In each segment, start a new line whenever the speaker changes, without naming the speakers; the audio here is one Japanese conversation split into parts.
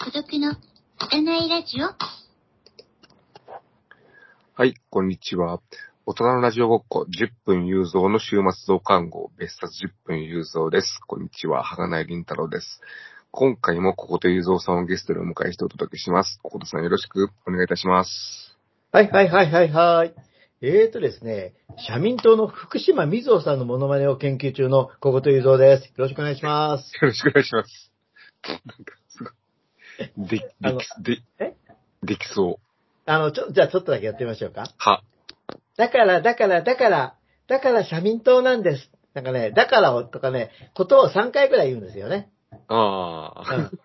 孤独の占いラジオ
はい、こんにちは。大人のラジオごっこ、10分有造の週末増刊号、別冊10分有造です。こんにちは、はがないりんたろうです。今回もここと有造さんをゲストにお迎えしてお届けします。こことさんよろしくお願いいたします。
はいはいはいはいはい。えーとですね、社民党の福島みずほさんのモノマネを研究中の小言ゆぞうです。よろしくお願いします。
よろしくお願いします。なんか、す
あ
ごい。
の
で、で、で
え、
できそう。
あの、ちょ、じゃあちょっとだけやってみましょうか。
は、
だから、だから、だから、だから社民党なんです。なんかね、だからをとかね、ことを3回くらい言うんですよね。う
あ
ん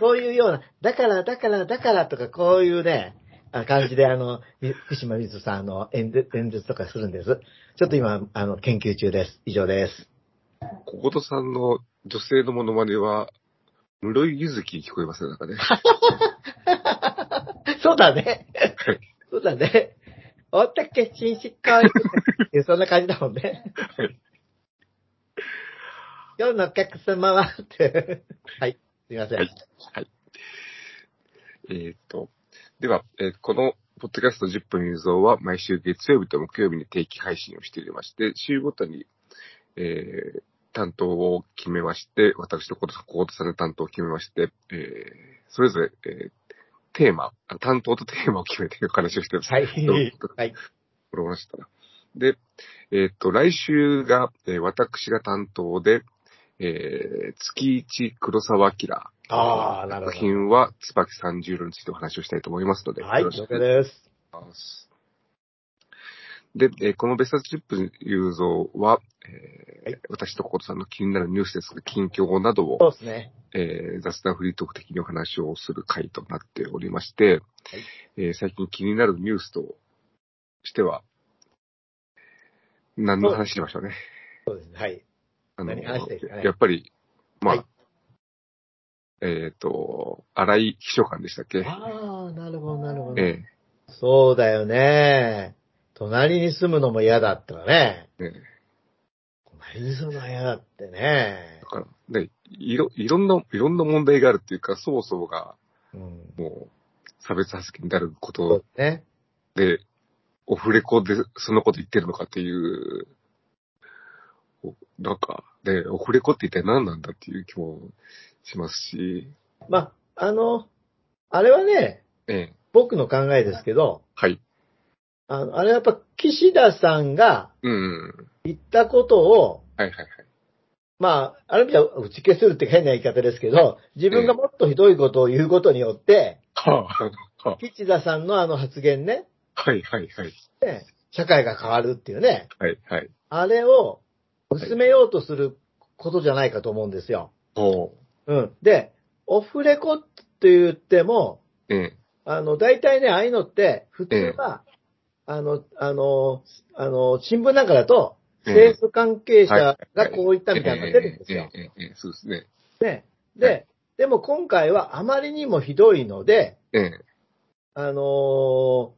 こういうような、だから、だから、だからとか、こういうね、あ感じで、あの、み福島みずほさんあの演説演説とかするんです。ちょっと今、あの、研究中です。以上です。
あ、こことさんの女性のモノマネは、室井ゆずき聞こえますね、なんかね。
そうだね
はい。
そうだね。おったけ、紳士かわいい。そんな感じだもんね
はい。
今日のお客様は、って。はい。すいません。
はいえーっと、では、えーこの、ポッドキャスト10分映像は毎週月曜日と木曜日に定期配信をしておりまして、週ごとに、えー担当を決めまして、私とコートさん、コートさんの担当を決めまして、えーそれぞれ、えーテーマ、あ担当とテーマを決めてお話をしてます。
はい
どういうことか
はい。
これを話したら。で、えーっと、来週が、えー私が担当で、えー月一黒沢キラー。
ああ、なる
作
ほど。
品は、椿三十郎についてお話をしたいと思いますので、
はい、
よろしくお
OK
願いし
です。
ます。で、えーこの別冊10分有造は、えー
はい
私とコートさんの気になるニュースですとか近況など
そ
を、
うですね。
えー雑談フリートーク的にお話をする回となっておりまして、えー最近気になるニュースとしては、何の話しましょうね。
そうですね。はい。
あの、
何話していいですかね
やっぱり、まあ、
はい
えっ、と、荒井秘書官でしたっけ
ああ、なるほど、なるほど。
え
そうだよね。隣に住むのも嫌だとかね。
え、ええ、
隣に住むのは嫌だってね
だ。から、ね、いろ、いろんな、いろんな問題があるっていうか、そもそもが、
うん。
もう、差別発言になるこ
そ
と
うですね。
で、オフレコでそのこと言ってるのかっていう、おなんか、で、オフレコって一体何なんだっていう気もしますし、
まあ、あの、あれはね、
ええ、
僕の考えですけど、
はい。
あの、あれはやっぱ岸田さんが
うんうん、
言ったことを、
はいはいはい。
まあ、ある意味では打ち消するって変な言い方ですけど、自分がもっとひどいことを言うことによって、
はあ、は
岸田さんのあの発言ね、
あ、はいはいはい。
ね社会が変わるっていうね、
はいはい。
あれを薄めようとすることじゃないかと思うんですよ。
おう
うん。で、オフレコって言っても、
ええ、
あの、大体ね、ああいうのって、普通は、あの、あの、あの、新聞なんかだと、
ええ
政府関係
は
者がこう言ったみたいなのが出るんですよ。
ええええええええそうですね。
ね。
は
で、でも今回はあまりにもひどいので、
ええ、
あのー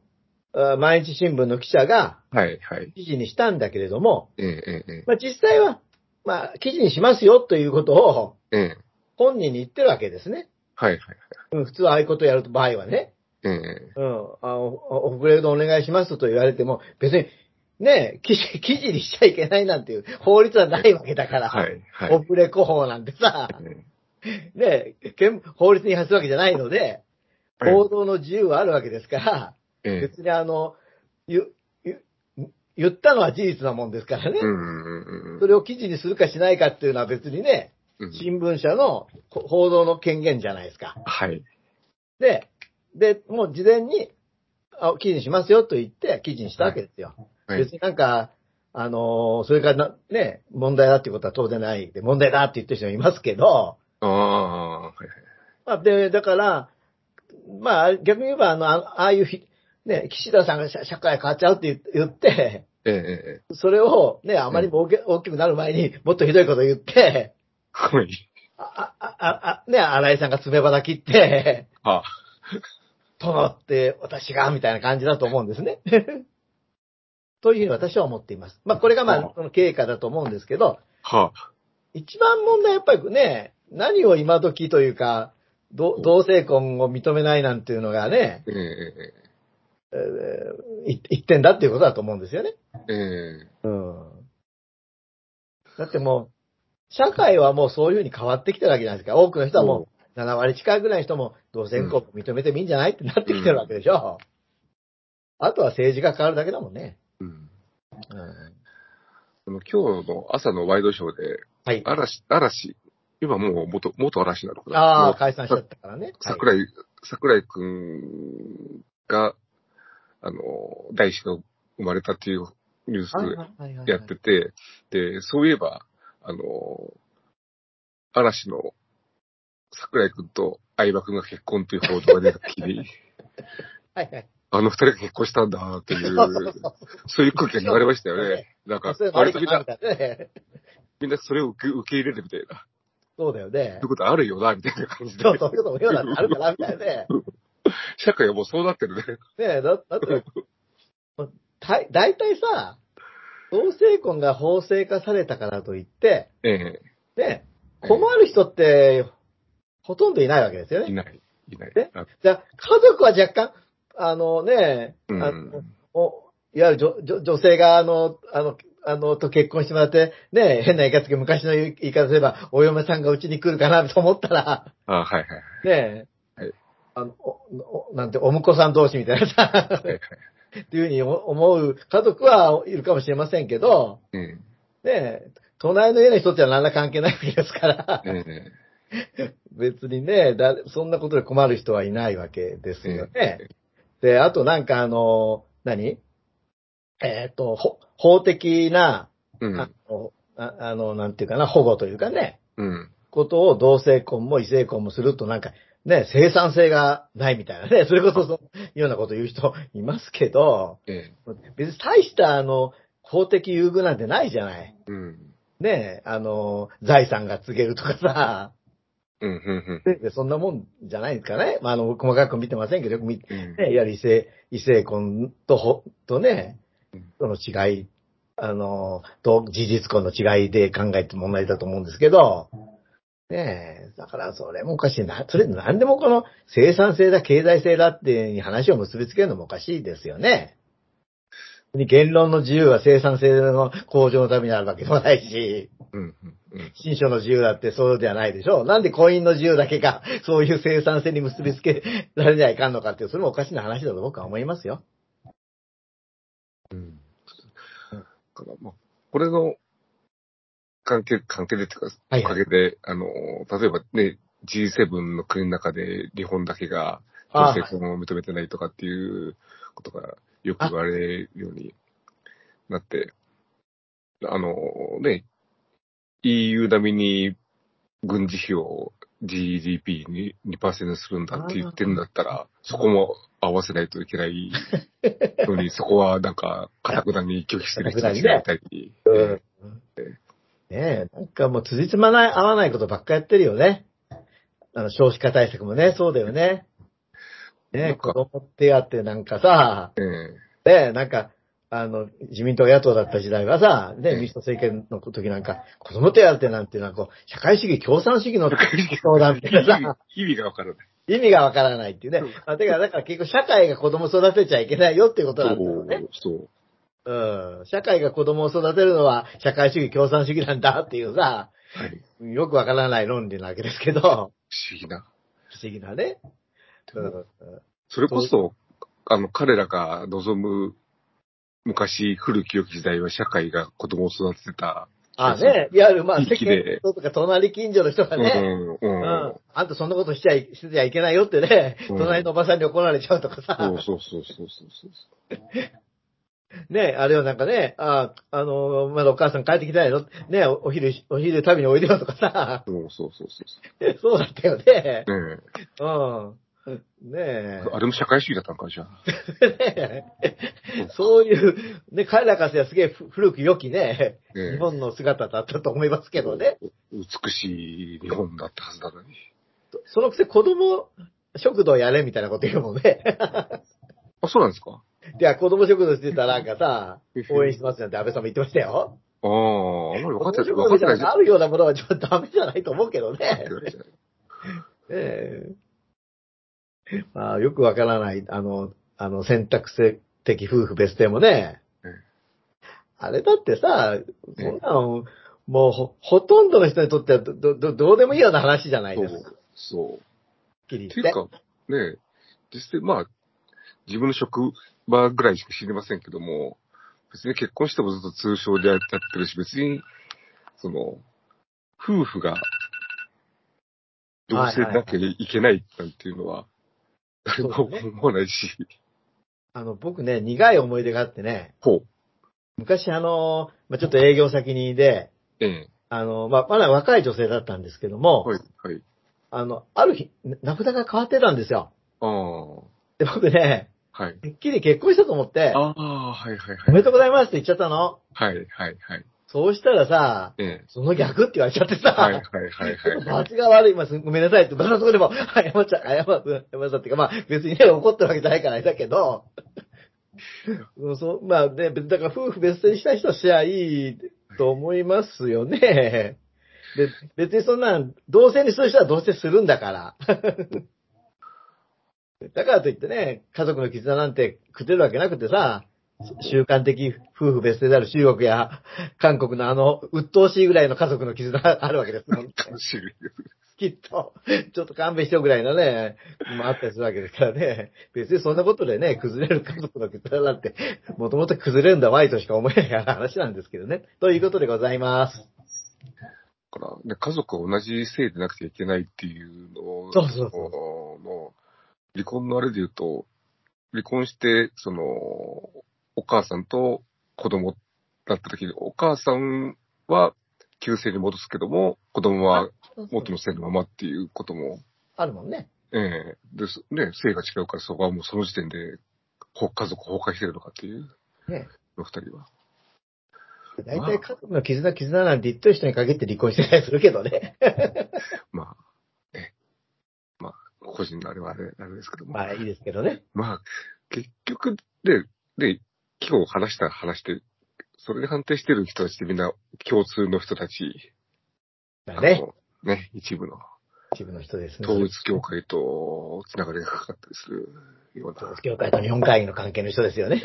あ毎日新聞の記者が
はいはい。
記事にしたんだけれども、
ええ、ええ、
まあ、実際は、まあ、記事にしますよということを
ええ、
本人に言ってるわけですね。
はいはい。
うん、普通はああいうことをやる場合はね。
ええ、
うん、あおおフレードお願いしますと言われても、別に、ねえ、記事、記事にしちゃいけないなんていう法律はないわけだから、
はいはい。
オフレコ法なんてさ、
え
ねえ、憲法律に発するわけじゃないので、
え
報道の自由はあるわけですから、
ええ
別にあの、ゆ、ゆ、言ったのは事実なもんですからね
え、うんうんうん
それを記事にするかしないかっていうのは別にね、
うん。
新聞社のこ報道の権限じゃないですか。
はい。
で、で、もう事前に、あ記事にしますよと言って、記事にしたわけですよ。
はい
別になんか、あのーそれからなね、問題だっていうことは当然ないで、問題だって言ってる人もいますけど、
ああ、はいはい。
まあ、で、だから、まあ、逆に言えば、あの、あああいうひ、ね、岸田さんが社社会変わっちゃうって言言って、
ええええ、
それをね、あまりも大き大きくなる前にもっとひどいこと言って、
はい。
あ、あ、あ、あ、ね、荒井さんが爪ばだ切って、
ああ
殿って私が、みたいな感じだと思うんですね。 というふうに私は思っています。まあ、これがま
あ
あ、その経過だと思うんですけど、
は
一番問題はやっぱりね、何を今時というか、ど同性婚を認めないなんていうのがね、
あ、ええ
えーい一点だっていうことだと思うんですよね。
ええ
うん。だってもう、社会はもうそういうふうに変わってきてるわけじゃないですか。多くの人はもう、7割近いぐらいの人も同性婚を認めてもいいんじゃないってなってきてるわけでしょ。あとは政治が変わるだけだもんね。
うん。
うん。
その今日の朝のワイドショーで、
はい。
嵐、嵐、今もう元、元嵐なのかな。
ああ、
も
解散しちゃったからね。
う桜井、桜井くんが、あの、大志が生まれたっていうニュース
はいはいはいはいはい
やってて、で、そういえば、あの、嵐の桜井くんと相葉くんが結婚っていう報道が出た時 に、
はいはい。
あの二人が結婚したんだっていう、そういう空気が流れましたよね。なんか
そうい、うのあり
割と
か
みんな、
なみたいなね。
みんなそれを受け受け入れるみたいな、
そうだよね
そういう。ことあるよな、みたいな感じで
そ。うそういうこともようなんてあるかなみたいなね。
社会はもうそうなってるね。
ねえ、だだって、だい大体さ、同性婚が法制化されたからといって、
え
ねえ、困る人って、ほとんどいないわけですよ
えい
ね。
ない。いない
え。
あ
じゃあ、家族は若干、あのね、あ
うん
のおいわゆる女女女性があの、あの、あの、と結婚してもらって、ねえ、変な言い方ですけど、昔の言い言い方すれば、お嫁さんがうちに来るかなと思ったら、
あ、はいはい
ねえ、
はい
あの、おおなんて、お婿さん同士みたいなさ、
はいはい。
っていうふうに思う家族はいるかもしれませんけど、
うん
ねえ、隣の家の人ってのは何ら関係ないわけですから、
ええ
別にねだ、そんなことで困る人はいないわけですよね。で、あとなんかあの、何えっ、と、ほ法的な、
うん
あ。のああの、なんていうかな、保護というかね、
うん。
ことを同性婚も異性婚もするとなんか、ね、生産性がないみたいなね、 それこそそのようなこと言う人 いますけど、
ええ
別に大したあの、法的優遇なんてないじゃない。
うん。
ねえ、あの、財産が告げるとかさ、
うん。うん。
でそんなもんじゃないですかね。まあ、あの、細かく見てませんけど、よく見て、
うん。
ね、いわゆる異性、異性婚とほ、とね
うん、
その違い、あの、と事実婚の違いで考えて問題だと思うんですけど、ねえ、だからそれもおかしいな。それ何でもこの生産性だ、経済性だっていうに話を結びつけるのもおかしいですよね。言論の自由は生産性の向上のためにあるわけでもないし、
うん。うん。
新書の自由だってそうではないでしょう。なんで婚姻の自由だけが、 そういう生産性に結びつけられないかんのかっていう、それもおかしな話だと僕は思いますよ。
うん。から、まあ、これの関係、関係でっていうか、
はい
おか
はい
げで、あの、例えばね、G7 の国の中で日本だけが同
あ
性婚を認めてないとかっていうことがよく言われるようになって、あの、ね、EU 並みに軍事費を GDP に2%するんだって言ってるんだったら、そこも合わせないといけないのに、そこはなんか、かたくなに拒否してる人たちがいたり、
うんねえ、なんかもう辻褄ない合わないことばっかやってるよね。あの、少子化対策もね、そうだよね。
な
ねえ、
んか
子供手当なんかさ、
ええ
ねえ、なんか、あの、自民党が野党だった時代はさ、ねえ、
うん
民主党政権の時なんか、子供手当なんていうのはこう、社会主義共産主義の相談みたいなさ、
意味がわから ない。
意味がわからないっていうね。あだから、だから結構社会が子供育てちゃいけないよっていうこと
そ
なんだよね
う。、そう。
うん。社会が子供を育てるのは社会主義共産主義なんだっていうさ、
はい。不
よくわからない論理なわけですけど、
思議な。
不思議なね。うん
それこそ、あの、彼らが望む、昔、古き良き時代は社会が子供を育ててた。
ああね、いわゆるまあ、
地
世
域で
間の人とか隣近所の人がね、
う、
うん
うん。
あんたそんなことしちゃい、してちゃいけないよってね、
うん
隣のおばさんに怒られちゃうとかさ、
そうそうそうそうそうそう。
ね、あれをなんかね、ああ、あの、まだお母さん帰ってきてないのね、おお昼、お昼食べにおいでよとかさ、
そうそうそうそう
そうだったよね。
そう。ね
うん。ねえ
え。 あれも社会主義だったのか、じゃあ。
ねえそういう、ね、彼らからすればすげえ古く良きね、
ええ
日本の姿だったと思いますけどね。
う美しい日本だったはずなのに。
そそのくせ子供食堂やれみたいなこと言うもんね。
あ、そうなんですか
いや、子供食堂してたらなんか さ、応援してますなんて安倍さんも言ってましたよ。
ああ、あんまり分かってない、
子
分
供
かってな
食堂ないん
じ
か
ゃ
あるようなものはちょっとダメじゃないと思うけどね。
ないですか。
ええまあ、よくわからない、あの、あの、選択肢的夫婦別姓もね、
うん
あれだってさ、そんなの、もうほ、ほとんどの人にとってはど、ど、どどうでもいいような話じゃない
そ
ですか。はっ
う。そう。
きり
ってい
言って
う。か、ねえ、実際まあ、自分の職場ぐらいしか知りませんけども、別に結婚してもずっと通称でやってるし、別に、その、夫婦が同性でなきゃいけないなんていうのは、誰も
そうね
思わないし、
あの、僕ね、苦い思い出があってね、
ほう、
昔あの、まあ、ちょっと営業先にで、
ええ、
あの、まあ、まだ若い女性だったんですけども、
はい、はい、
あの、ある日、名札が変わってたんですよ。
ああ、
で、僕ね、
はい。
てっきり結婚したと思って、
ああ、はい、はい、
お
は
め
い。
でとうございますって言っちゃったの。
はい、はい、はい。
そうしたらさ、
ええ。
その逆って言われちゃってさ、
はい、はい、はい、
ち ょっと
は
罰
い。
が悪い、まあ、すごめんなさいって、だからそこでも、 謝っちゃ、謝る、謝ったっていうか、まあ、別にね、怒ってるわけじゃないからあれだけど、 うんそう、まあね、別だから夫婦別姓にしたい人はしゃいいと思いますよね。で、別にそんなん、同性にする人は同性するんだから。 だからといってね、家族の絆なんて崩れるわけなくてさ、習慣的夫婦別姓である中国や韓国のあの、鬱陶しいぐらいの家族の絆があるわけですもんね。
楽しみ。
きっと、ちょっと勘弁してよぐらいのね、もあったりするわけですからね。別にそんなことでね、崩れる家族の絆なんて、もともと崩れるんだわいとしか思えない話なんですけどね。ということでございます。
だから、ね、家族は同じ性でなくちゃいけないっていうのを、
そうそうそう
あの離婚のあれで言うと、離婚して、その、お母さんと子供だった時に、お母さんは旧姓に戻すけども、子供は元の姓のままっていうことも、
あるもんね。
ええです、ね、性が違うからそこはもうその時点で、ほ家族崩壊してるのかっていう、
ね。
お二人は。
大体家族の絆絆なんて言ってる人に限って離婚してたりするけどね。
まあ、ね、まあ、個人のあれはあれあれですけども。
まあいいですけどね。
まあ、結局、で、で、今日話した話で、それに反対してる人たちってみんな共通の人たち、
だね。
あのね、一部の
一部の人ですね。
統一教会とつながりがかかったりするよう
統
な
一。教会と日本会議の関係の人ですよね。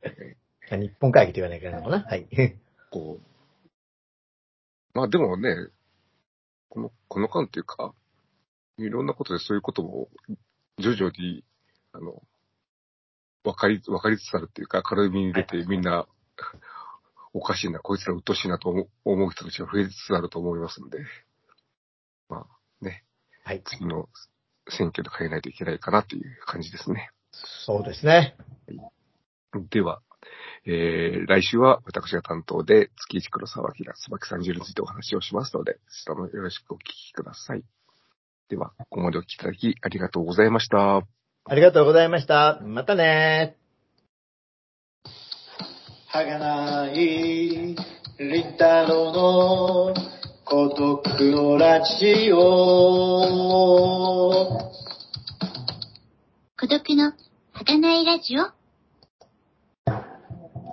ええ
日本会議って言わないからなのかな。はい。
こう。まあでもね、この、この間というか、いろんなことでそういうことも、徐々に、あの、わかり、わかりつつあるっていうか、明るみに出てみんな、おかしいな、こいつら鬱陶しいなと思う思う人たちが増えつつあると思いますんで、まあね、
はい。
次の選挙で変えないといけないかなという感じですね。
そうですね。
では、えー、来週は私が担当で、月一黒沢明、椿さんじゅについてお話をしますので、そちらもよろしくお聞きください。では、ここまでお聞きいただきありがとうございました。
ありがとうございました。またね
はがない、りんたろうの孤独のラジオ。
孤独の儚いラジオ